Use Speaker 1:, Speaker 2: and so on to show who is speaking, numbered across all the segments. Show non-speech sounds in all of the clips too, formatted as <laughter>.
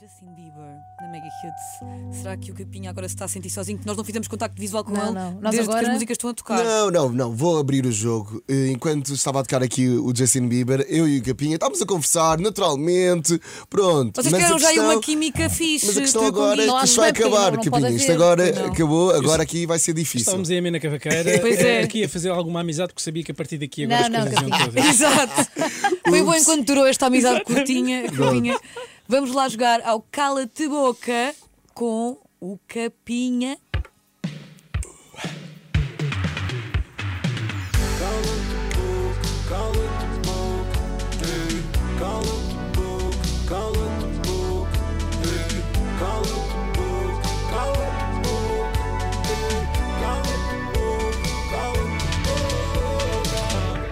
Speaker 1: Justin Bieber, na Mega Hits. Será que o Capinha agora se está a sentir sozinho? Que nós não fizemos contacto visual com
Speaker 2: Não,
Speaker 1: ele
Speaker 2: não. Nós
Speaker 1: desde que
Speaker 2: agora-
Speaker 1: as músicas estão a tocar.
Speaker 3: Não, não, não, vou abrir o jogo. Eh, Enquanto estava a tocar aqui o Justin Bieber, eu e o Capinha estávamos a conversar naturalmente. Pronto,
Speaker 1: Vocês
Speaker 3: mas a
Speaker 1: criaram já aí
Speaker 3: questão-
Speaker 1: uma química fixe.
Speaker 3: Mas a questão
Speaker 1: tu
Speaker 3: agora é
Speaker 1: comigo.
Speaker 2: Não
Speaker 3: que
Speaker 2: há
Speaker 3: isto vai
Speaker 2: desculpa,
Speaker 3: acabar,
Speaker 2: não- não
Speaker 3: Capinha.
Speaker 2: pode
Speaker 3: Isto
Speaker 2: haver,
Speaker 3: agora
Speaker 2: não.
Speaker 3: acabou, agora aqui vai ser difícil.
Speaker 4: Estávamos aí a mim
Speaker 2: <laughs>
Speaker 4: na cavaqueira,
Speaker 1: Pois é.
Speaker 4: aqui a fazer alguma amizade porque sabia que a partir daqui agora
Speaker 2: Não,
Speaker 4: as coisas
Speaker 2: não,
Speaker 4: iam
Speaker 2: Capinha.
Speaker 4: todas.
Speaker 1: <laughs> Exato. Foi bom enquanto durou esta amizade curtinha. curtinha. Vamos lá jogar ao Cala-te Boca com o Capinha.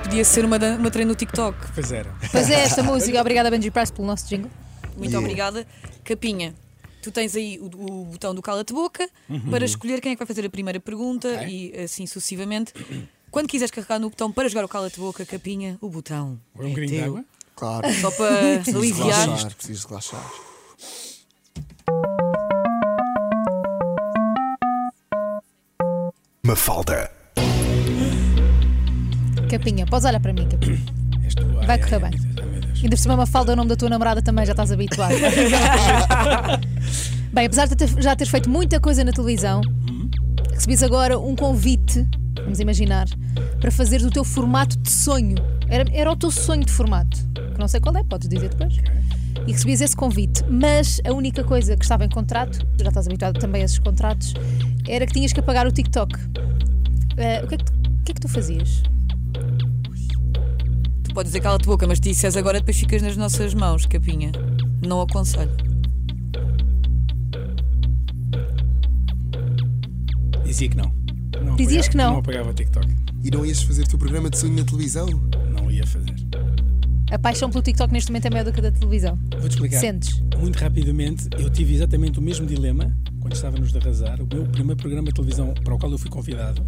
Speaker 1: Podia ser uma, dan- uma treino no TikTok.
Speaker 4: Pois era.
Speaker 2: Pois é, esta música. Obrigada, Benji Price, pelo nosso jingle.
Speaker 1: Muito obrigada. Capinha, tu tens aí o, o botão do cala-te boca
Speaker 3: Uhum.
Speaker 1: para escolher quem é que vai fazer a primeira pergunta e assim sucessivamente. Quando quiseres carregar no botão para jogar o cala-te boca, Capinha, o botão.
Speaker 4: Um
Speaker 1: é
Speaker 4: bocadinho de
Speaker 1: teu.
Speaker 4: água.
Speaker 3: Claro,
Speaker 1: Só
Speaker 3: <laughs>
Speaker 1: para
Speaker 3: preciso
Speaker 1: aliviar.
Speaker 3: relaxar, preciso relaxar.
Speaker 5: Mafalda.
Speaker 2: Capinha, podes olhar para mim, Capinha.
Speaker 4: És tu.
Speaker 2: Vai
Speaker 4: Ai, ai,
Speaker 2: correr
Speaker 4: ai,
Speaker 2: bem.
Speaker 4: meu Deus, ai, meu Deus.
Speaker 2: Ainda por cima, uma falda é o nome da tua namorada também, já estás habituado. Bem, apesar de ter- já ter feito muita coisa na televisão, recebes agora um convite, vamos imaginar, para fazeres o teu formato de sonho. Era, era o teu sonho de formato, que não sei qual é, podes dizer depois. E recebias esse convite, mas a única coisa que estava em contrato, já estás habituado também a esses contratos, era que tinhas que apagar o TikTok. Eh, o, que é que tu, o que é que tu fazias?
Speaker 1: Tu podes dizer cala-te boca, mas te disseres agora depois ficas nas nossas mãos, Capinha. Não aconselho.
Speaker 4: Dizia que não. não
Speaker 2: Dizias
Speaker 4: apagava-
Speaker 2: que não.
Speaker 4: Não apagava o TikTok.
Speaker 3: E não ias fazer o teu programa de sonho na televisão?
Speaker 4: Não ia fazer.
Speaker 2: A paixão pelo TikTok neste momento é maior do que a da televisão.
Speaker 4: Vou-te explicar.
Speaker 2: Sentes?
Speaker 4: Muito rapidamente, eu tive exatamente o mesmo dilema quando estávamos de arrasar. O meu primeiro programa de televisão para o qual eu fui convidado,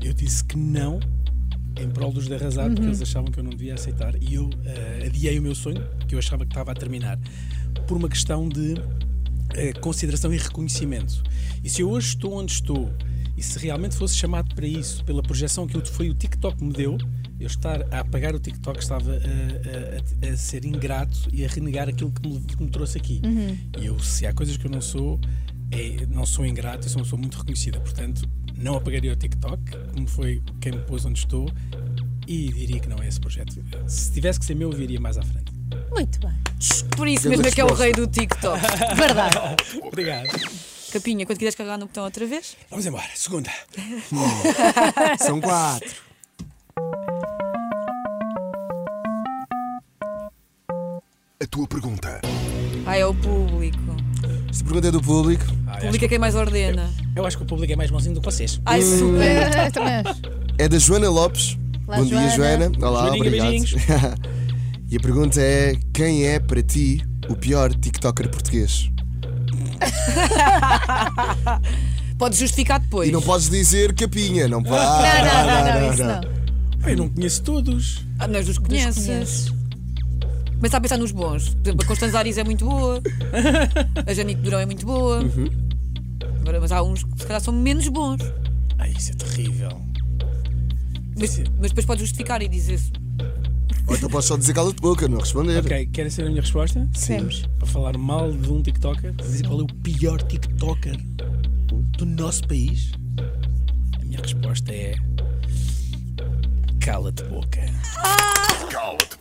Speaker 4: eu disse que não em prol dos de arrasar, porque
Speaker 2: Uhum.
Speaker 4: eles achavam que eu não devia aceitar. E eu eh, adiei o meu sonho, que eu achava que estava a terminar, por uma questão de eh, consideração e reconhecimento. E se eu hoje estou onde estou, e se realmente fosse chamado para isso, pela projeção que o- foi o TikTok me deu, eu estar a apagar o TikTok estava eh, a, a- a- a ser ingrato e a renegar aquilo que me, que me trouxe aqui. E eu, se há coisas que eu não sou, é- não sou ingrato e sou uma pessoa muito reconhecida. Portanto, não apagaria o TikTok, como foi quem me pôs onde estou, e diria que não é esse projeto. Se tivesse que ser meu, eu viria mais à frente.
Speaker 2: Muito bem.
Speaker 1: Por isso mesmo é que é o
Speaker 3: resposta.
Speaker 1: rei do TikTok.
Speaker 2: Verdade.
Speaker 4: Obrigado.
Speaker 1: Capinha, quando quiseres carregar no botão outra vez,
Speaker 4: Vamos embora. Segunda.
Speaker 3: São quatro.
Speaker 5: A tua pergunta.
Speaker 1: ah, é o público.
Speaker 3: Esta pergunta é do público.
Speaker 4: Ah, eu, acho
Speaker 1: Público é quem mais ordena.
Speaker 4: que, eu acho que o público é mais bonzinho do que vocês.
Speaker 1: Ai, super.
Speaker 2: É, <laughs> também acho.
Speaker 3: É da Joana Lopes.
Speaker 2: Olá,
Speaker 3: Bom dia, Joana.
Speaker 2: Joana.
Speaker 3: Olá,
Speaker 4: Joaninha,
Speaker 3: obrigado.
Speaker 4: beijinhos.
Speaker 3: <laughs> e a pergunta é: quem é para ti o pior TikToker português?
Speaker 1: Podes justificar depois.
Speaker 3: E não podes dizer capinha, não pode.
Speaker 2: Não, não, não, não, isso não.
Speaker 4: Eu não conheço todos.
Speaker 1: Ah, mas os conheces.
Speaker 2: conheces.
Speaker 1: Mas está a pensar nos bons. Por exemplo, a Constanza Aris é muito
Speaker 4: <laughs>
Speaker 1: boa, a Janique Durão é muito boa.
Speaker 4: Uhum.
Speaker 1: Agora, mas há uns que se calhar são menos bons.
Speaker 4: Ai, isso é terrível.
Speaker 1: Mas,
Speaker 4: Sim.
Speaker 1: mas depois podes justificar e dizer
Speaker 3: Ou então podes só dizer cala de boca, não responder.
Speaker 4: Ok, querem saber a minha resposta?
Speaker 2: Temos.
Speaker 4: Para falar mal de um TikToker? Dizer qual é o pior TikToker do nosso país? A minha resposta é. Cala-te boca.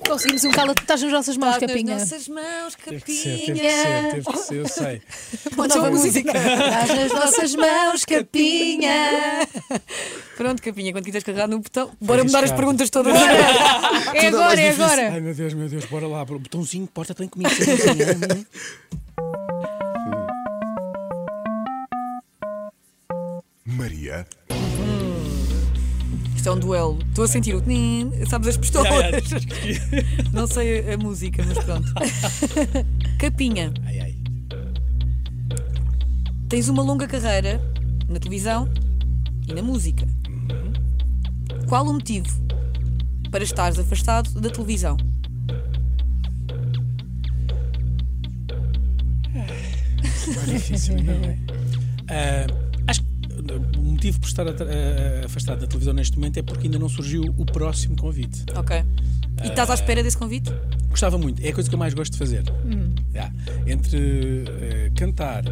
Speaker 2: Conseguimos um cala, estás nas nossas mãos, Capinha.
Speaker 1: nas nossas mãos,
Speaker 4: Teve que ser,
Speaker 1: capinha.
Speaker 4: teve que ser, teve que
Speaker 1: <laughs>
Speaker 4: ser, eu sei.
Speaker 2: Uma nova
Speaker 4: <laughs>
Speaker 2: música. Estás nas nossas mãos, Capinha.
Speaker 1: Pronto, capinha, quando quiseres carregar no botão, bora mudar as
Speaker 4: Arriscado.
Speaker 1: perguntas
Speaker 4: <laughs>
Speaker 1: todas. é agora, é agora.
Speaker 4: Ai meu Deus, meu Deus, bora lá, bro. botãozinho, porta tem comigo. botãozinho.
Speaker 5: Maria.
Speaker 1: Isto é um duelo. Estou a sentir o. tnin, Sabes as pistolas?
Speaker 4: Ai, ai.
Speaker 1: <laughs> Não sei a a música, mas
Speaker 4: <laughs>
Speaker 1: pronto. Capinha,
Speaker 4: ai, ai.
Speaker 1: tens uma longa carreira na televisão e na música. Qual o motivo para estares afastado da televisão?
Speaker 4: Mais É difícil, ainda
Speaker 1: <laughs>
Speaker 4: bem. Ah, acho que uh, o motivo por estar atra- ah, afastado da televisão neste momento é porque ainda não surgiu o próximo convite.
Speaker 1: Ok. E estás à espera desse convite?
Speaker 4: Gostava muito, é a coisa que eu mais gosto de fazer.
Speaker 1: Hum.
Speaker 4: Já. Entre eh, cantar,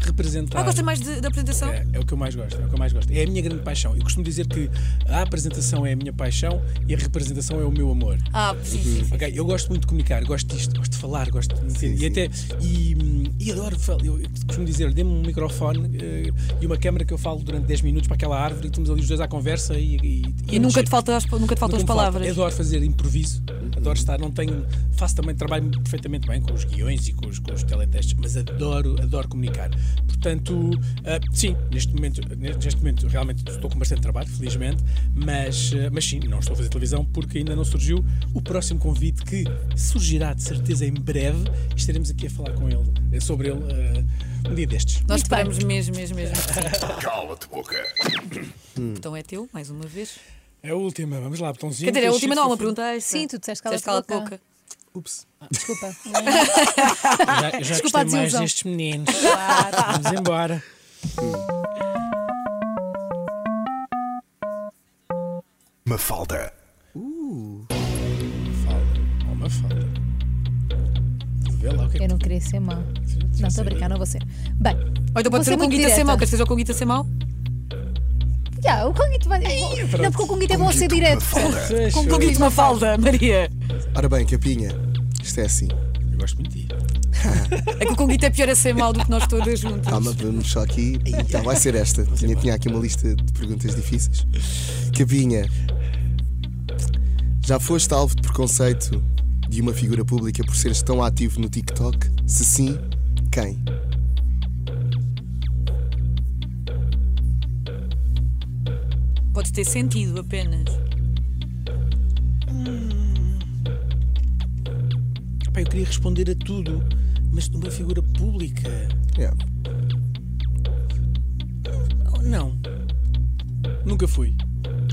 Speaker 4: representar.
Speaker 1: Ah, gostas mais de- da apresentação?
Speaker 4: É, é o que eu mais gosto, é o que eu mais gosto. É a minha grande paixão. Eu costumo dizer que a apresentação é a minha paixão e a representação é o meu amor.
Speaker 1: Ah, sim, sim. sim.
Speaker 4: Ok, eu gosto muito de comunicar, gosto disto, gosto de falar, gosto de entender. E até. E, hum, e adoro falar. Eu, eu costumo dizer, dê-me um microfone eh, e uma câmera que eu falo durante 10 minutos para aquela árvore e estamos ali os dois à conversa e. E,
Speaker 1: E nunca te, falta, as- nunca te faltam as
Speaker 4: Nunca me falta.
Speaker 1: palavras.
Speaker 4: Adoro fazer improviso, adoro estar, não tenho. Faço também, trabalho perfeitamente bem com os guiões e com os, com os teletextos, mas adoro, adoro comunicar. Portanto, ah, sim, neste momento, neste momento realmente estou com bastante trabalho, felizmente, mas, ah, mas sim, não estou a fazer televisão porque ainda não surgiu o próximo convite que surgirá de certeza em breve e estaremos aqui a falar com ele, eh, sobre ele, ah, um dia destes.
Speaker 1: Nós
Speaker 2: Muito bem.
Speaker 1: esperamos mesmo, mesmo,
Speaker 4: <laughs>
Speaker 1: mesmo.
Speaker 5: Cala-te, boca.
Speaker 1: O botão é teu, mais uma vez.
Speaker 4: É a última, vamos lá, botãozinho.
Speaker 1: Quer dizer, é a última não, há uma pergunta extra.
Speaker 2: Sim, tu disseste
Speaker 1: Disseste cala-te
Speaker 2: cala-te boca.
Speaker 1: boca.
Speaker 3: Ups.
Speaker 2: Desculpa.
Speaker 4: Já,
Speaker 1: <laughs>
Speaker 4: eu já
Speaker 2: Desculpa a
Speaker 4: gostei mais
Speaker 2: desilusão.
Speaker 4: destes meninos. Vamos embora.
Speaker 5: Mafalda.
Speaker 4: Há Uma falda. Vê lá o que
Speaker 2: Eu
Speaker 4: é que
Speaker 2: não queria ser má. Não, estou a brincar, não vou ser. Bem,
Speaker 1: Ou então
Speaker 2: Vou
Speaker 1: pode ser
Speaker 2: ser
Speaker 1: o
Speaker 2: muito
Speaker 1: Conguita
Speaker 2: direta.
Speaker 1: ser mau. Queres que seja o é Conguita ser mau?
Speaker 2: já, o Conguito vai. não, porque o Conguito é bom a ser
Speaker 5: Conguito
Speaker 2: direto.
Speaker 5: Mafalda.
Speaker 3: é
Speaker 4: Fecho.
Speaker 1: Com Conguito uma falda, <laughs> Maria.
Speaker 3: Ora bem, capinha. Isto é assim.
Speaker 4: Eu gosto muito de ti.
Speaker 1: É que o Conguita é pior a ser mau do que nós
Speaker 3: <laughs>
Speaker 1: todas juntas.
Speaker 3: Calma, vamos só aqui. Então vai ser esta. Tinha, tinha aqui uma lista de perguntas difíceis. Capinha, já foste alvo de preconceito de uma figura pública por seres tão ativo no TikTok? Se sim, quem?
Speaker 1: Podes ter sentido apenas.
Speaker 4: Pá, eu queria responder a tudo, mas de uma figura pública.
Speaker 3: Yeah.
Speaker 4: Oh, Não. Nunca fui.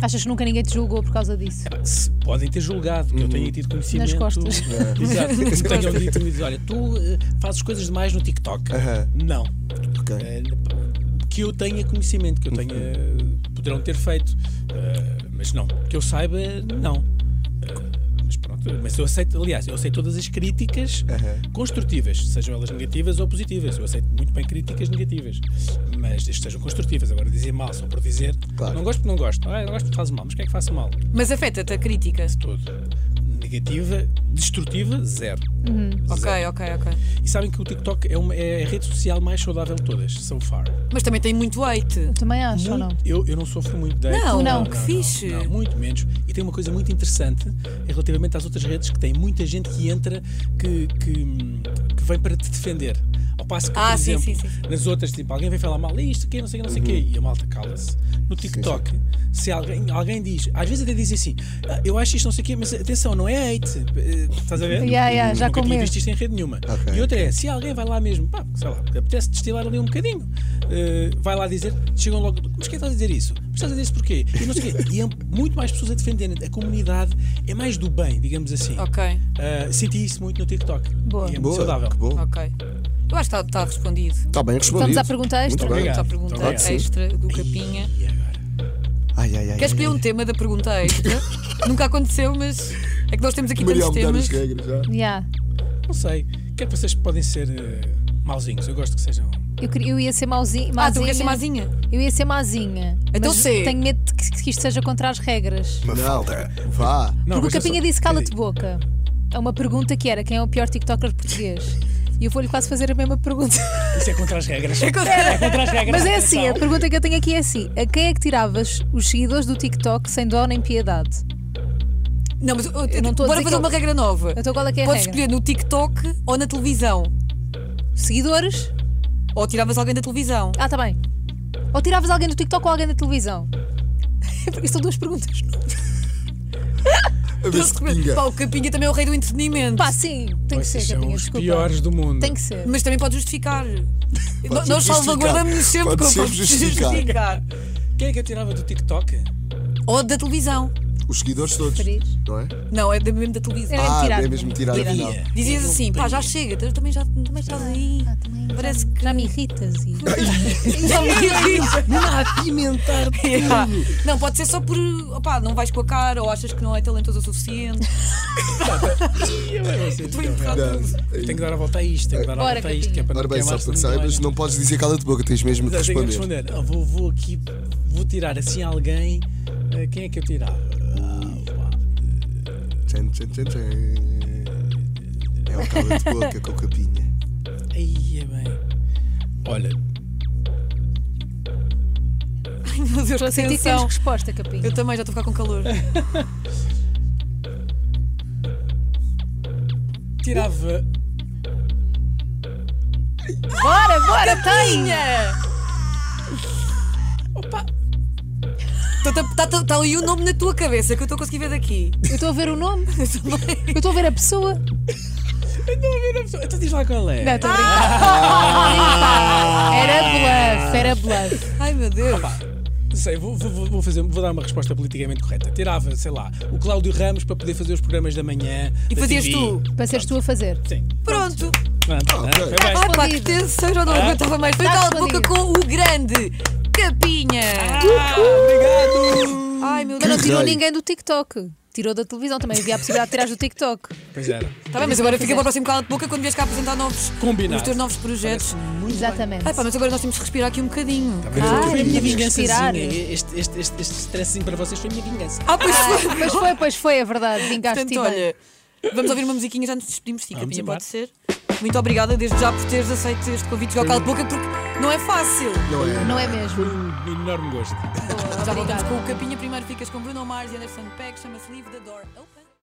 Speaker 2: Achas que nunca ninguém te julgou por causa disso?
Speaker 4: Se podem ter julgado, que eu tenho tido conhecimento.
Speaker 2: Nas costas.
Speaker 4: <laughs> Exato. Que me tenham dito, me dizem, olha, tu eh, fazes coisas demais no TikTok.
Speaker 3: Aham.
Speaker 4: Não.
Speaker 3: Ok.
Speaker 4: Eh, que eu tenha conhecimento, que eu tenha. poderão ter feito. Eh, mas não. Que eu saiba, não. Eh, mas pronto. Mas eu aceito, aliás, eu aceito todas as críticas
Speaker 3: Aham.
Speaker 4: construtivas, sejam elas negativas ou positivas. Eu aceito muito bem críticas negativas. Mas desde que sejam construtivas. Agora, dizer mal só por dizer.
Speaker 3: Claro.
Speaker 4: Não gosto porque não gosto. Ah, não gosto porque faz mal. Mas o que é que faço mal?
Speaker 1: Mas afeta-te a crítica.
Speaker 4: Tudo. Negativa, destrutiva, zero.
Speaker 1: Ok, ok, ok.
Speaker 4: E sabem que o TikTok é, uma- é a rede social mais saudável de todas, so far.
Speaker 1: Mas também tem muito hate.
Speaker 2: Eu também acho, ou não?
Speaker 4: Muito- Eu, eu não sofro muito de
Speaker 1: Não,
Speaker 4: hate.
Speaker 2: não,
Speaker 1: que fixe.
Speaker 4: não, muito menos. E tem uma coisa muito interessante é relativamente às outras redes que tem muita gente que entra que, que, hum, que vem para te defender. Ao passo que,
Speaker 1: Ah,
Speaker 4: por
Speaker 1: sim, sim,
Speaker 4: exemplo,
Speaker 1: sim.
Speaker 4: nas outras, tipo, alguém vem falar mal, "Ih, isto aqui, não sei o quê, não sei o quê, e a malta cala-se. No TikTok, se alguém, alguém diz, às vezes até diz assim, "Ah, eu acho isto, não sei o quê, mas atenção, não é hate. Eh, Estás a ver?
Speaker 2: Yeah, yeah, já
Speaker 4: Nunca
Speaker 2: com
Speaker 4: tinha
Speaker 2: medo.
Speaker 4: visto isto em rede nenhuma.
Speaker 3: Ok,
Speaker 4: e outra é, se alguém vai lá mesmo, pá, sei lá, apetece destilar ali um bocadinho, eh, vai lá dizer, chegam logo, mas quem está a dizer isso? Mas estás a dizer isso porquê? E não sei o quê. E há muito mais pessoas a defenderem. A comunidade é mais do bem, digamos assim.
Speaker 1: Ok,
Speaker 4: Eh, senti isso muito no TikTok.
Speaker 2: Boa.
Speaker 4: E é muito
Speaker 3: Boa,
Speaker 4: saudável.
Speaker 3: que bom.
Speaker 1: ok. Eu acho que está tá respondido.
Speaker 3: Está bem respondido.
Speaker 2: Vamos à pergunta extra?
Speaker 3: Muito bem.
Speaker 4: Obrigado.
Speaker 1: Só pergunta
Speaker 4: Então, obrigado.
Speaker 1: extra do Capinha.
Speaker 4: E agora?
Speaker 3: Ai, ai, ai.
Speaker 1: Queres
Speaker 3: ai,
Speaker 1: escolher
Speaker 3: ai.
Speaker 1: um tema da pergunta
Speaker 3: <laughs>
Speaker 1: extra? Nunca aconteceu, mas é que nós temos aqui
Speaker 3: Maria,
Speaker 1: tantos
Speaker 3: mudar
Speaker 1: temas.
Speaker 3: as regras já.
Speaker 2: Yeah.
Speaker 4: Não sei. Quero que vocês podem ser eh, mauzinhos. Eu gosto que sejam.
Speaker 2: Eu, queria- eu ia ser mauzinha.
Speaker 1: Ah, tu queres ser mazinha?
Speaker 2: Eu ia ser mazinha.
Speaker 1: Então
Speaker 2: mas
Speaker 1: sê.
Speaker 2: Tenho medo que, que isto seja contra as regras.
Speaker 5: Mafalda.
Speaker 3: Não, vá.
Speaker 4: Não,
Speaker 2: Porque o
Speaker 4: mas eu
Speaker 2: Capinha
Speaker 4: sou-
Speaker 2: disse cala-te
Speaker 4: Ei,
Speaker 2: boca. É uma pergunta que era quem é o pior TikToker português. E eu vou-lhe quase fazer a mesma
Speaker 4: <laughs>
Speaker 2: pergunta.
Speaker 4: Isso é contra as regras.
Speaker 1: É contra-
Speaker 4: contra as regras.
Speaker 2: Mas é assim, a
Speaker 4: atenção.
Speaker 2: pergunta que eu tenho aqui é assim: a quem é que tiravas os seguidores do TikTok sem dó nem piedade?
Speaker 1: Não, mas eu, eu-
Speaker 2: não estou a
Speaker 1: bora
Speaker 2: dizer
Speaker 1: fazer
Speaker 2: que
Speaker 1: uma
Speaker 2: eu-
Speaker 1: regra nova.
Speaker 2: Então qual é que é a
Speaker 1: Podes
Speaker 2: regra?
Speaker 1: escolher no TikTok ou na televisão.
Speaker 2: Seguidores?
Speaker 1: Ou tiravas alguém da televisão.
Speaker 2: Ah, tá bem. Ou tiravas alguém do TikTok ou alguém da televisão? <laughs> Porque são duas perguntas.
Speaker 3: A ver se pinga.
Speaker 1: Pá, o Capinha também é o rei do entretenimento.
Speaker 2: Pá, sim, tem que
Speaker 4: Vocês
Speaker 2: ser,
Speaker 4: são
Speaker 2: Capinha,
Speaker 4: é os
Speaker 2: desculpa.
Speaker 4: piores do mundo.
Speaker 2: Tem que ser.
Speaker 1: Mas também podes
Speaker 3: <laughs>
Speaker 1: justificar. No- Nós
Speaker 3: justificar.
Speaker 1: salvaguardamos-nos sempre
Speaker 3: Pode
Speaker 1: com
Speaker 3: sempre justificar.
Speaker 4: Quem é que eu tirava do
Speaker 2: <laughs>
Speaker 4: TikTok?
Speaker 1: Ou da televisão.
Speaker 3: Os seguidores todos.
Speaker 2: Preferires?
Speaker 3: Não é?
Speaker 1: Não, é da- mesmo da televisão.
Speaker 2: É
Speaker 3: Ah,
Speaker 2: tirar.
Speaker 3: é mesmo tirar
Speaker 2: Tirar.
Speaker 3: afinal.
Speaker 1: Dizias assim, pá, já chega, tu então também já também estás aí.
Speaker 2: Ah, também.
Speaker 1: Parece parece que.
Speaker 2: Já me irritas e.
Speaker 1: Já me
Speaker 2: <laughs>
Speaker 1: irrita.
Speaker 4: Menina, a pimentar
Speaker 1: Yeah. Não, pode ser só por. Opá, não vais com a cara ou achas que não é talentoso o suficiente.
Speaker 3: É
Speaker 4: é
Speaker 1: Estou a empurrar tudo.
Speaker 4: Tenho que dar a volta a isto, tenho que dar a
Speaker 2: Ora,
Speaker 4: volta a isto, que é para
Speaker 3: Ora
Speaker 4: não
Speaker 3: bem,
Speaker 4: queimar,
Speaker 3: só para
Speaker 4: senão
Speaker 3: que
Speaker 4: dói,
Speaker 3: saibas,
Speaker 4: né?
Speaker 3: não podes dizer cala de boca, tens mesmo que
Speaker 4: Exato, tenho que
Speaker 3: responder.
Speaker 4: responder. Ah, vou, vou aqui, vou tirar assim alguém. Ah, Quem é que eu tirava? Ah, pá.
Speaker 3: Tchan, tchan, tchan, tchan. É o cala de boca com capinha.
Speaker 4: Aí é bem. Olha,
Speaker 1: Ai, meu Deus,
Speaker 2: Estou a
Speaker 1: que
Speaker 2: sentir que tens
Speaker 1: tensão.
Speaker 2: resposta, Capinha.
Speaker 1: Eu também já estou a ficar com calor.
Speaker 4: tirava.
Speaker 2: Bora, bora, tem!
Speaker 4: Opa!
Speaker 1: Está tá, ali o nome na tua cabeça que eu estou a conseguir ver daqui. <laughs>
Speaker 2: Eu estou a ver o nome,
Speaker 1: Eu também.
Speaker 2: eu estou a ver a pessoa.
Speaker 4: Eu estou a ver a pessoa. Então diz lá qual é.
Speaker 2: Não, tá estou a brincar.
Speaker 1: Ah.
Speaker 2: Era bluff, era bluff.
Speaker 1: <laughs> Ai meu Deus.
Speaker 4: Pá, não sei, vou, vou- vou- vou fazer, vou dar uma resposta politicamente correta. Tirava, sei lá, o Cláudio Ramos para poder fazer os programas da manhã.
Speaker 1: E
Speaker 4: da
Speaker 1: fazias
Speaker 4: TV.
Speaker 1: tu.
Speaker 2: Para seres tu a fazer.
Speaker 4: Sim.
Speaker 1: Pronto.
Speaker 4: Pronto, não, é?
Speaker 3: Ok.
Speaker 4: foi bem.
Speaker 1: Ai pá, que
Speaker 2: Respondido.
Speaker 1: tensão, já não aguentava mais. Foi
Speaker 2: Está
Speaker 1: cala de boca com o grande Capinha.
Speaker 4: Ah, Obrigado!
Speaker 1: Ai meu
Speaker 2: Mas não
Speaker 1: Deus.
Speaker 2: tirou
Speaker 3: rei.
Speaker 2: ninguém do TikTok. Tirou da televisão também. Havia a possibilidade de tirar do TikTok.
Speaker 1: Ah,
Speaker 4: Pois era.
Speaker 1: Está Tá bem, mas agora fica para o próximo cala de boca quando vieres cá apresentar novos, os
Speaker 4: Combinado. Tá
Speaker 1: teus novos projetos.
Speaker 2: Exatamente.
Speaker 1: Ai pá, mas agora nós temos que respirar aqui um bocadinho.
Speaker 2: Ah,
Speaker 4: Foi
Speaker 2: temos que
Speaker 4: a minha vingançazinha.
Speaker 2: respirar.
Speaker 4: Este, este, este, este stressinho para vocês foi a minha vingança.
Speaker 1: Ah, pois foi.
Speaker 2: Pois foi, pois foi, é verdade. Vingaste-te
Speaker 1: Portanto,
Speaker 2: bem.
Speaker 1: olha, vamos ouvir uma musiquinha já nos despedimos, sim,
Speaker 4: Vamos
Speaker 1: Capinha,
Speaker 4: embora.
Speaker 1: pode ser? Muito obrigada desde já por teres aceito este convite de jogar de boca, porque não é fácil.
Speaker 3: Não é?
Speaker 2: Não é mesmo?
Speaker 4: Foi um enorme gosto.
Speaker 1: Já voltamos com o Capinha, primeiro ficas com Bruno Mars e Anderson Peck, chama-se Leave the Door Open.